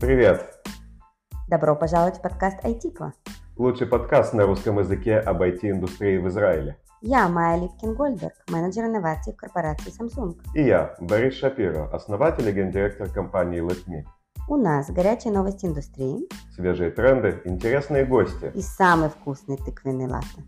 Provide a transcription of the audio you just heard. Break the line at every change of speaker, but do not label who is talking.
Привет!
Добро пожаловать в подкаст «Айтиква».
Лучший подкаст на русском языке об IT-индустрии в Израиле.
Я Майя Липкин-Гольдберг, менеджер инноваций в корпорации Samsung.
И я, Борис Шапиро, основатель и гендиректор компании LetMe.
У нас горячие новости индустрии
Свежие тренды, интересные гости.
и самый вкусный тыквенный латте.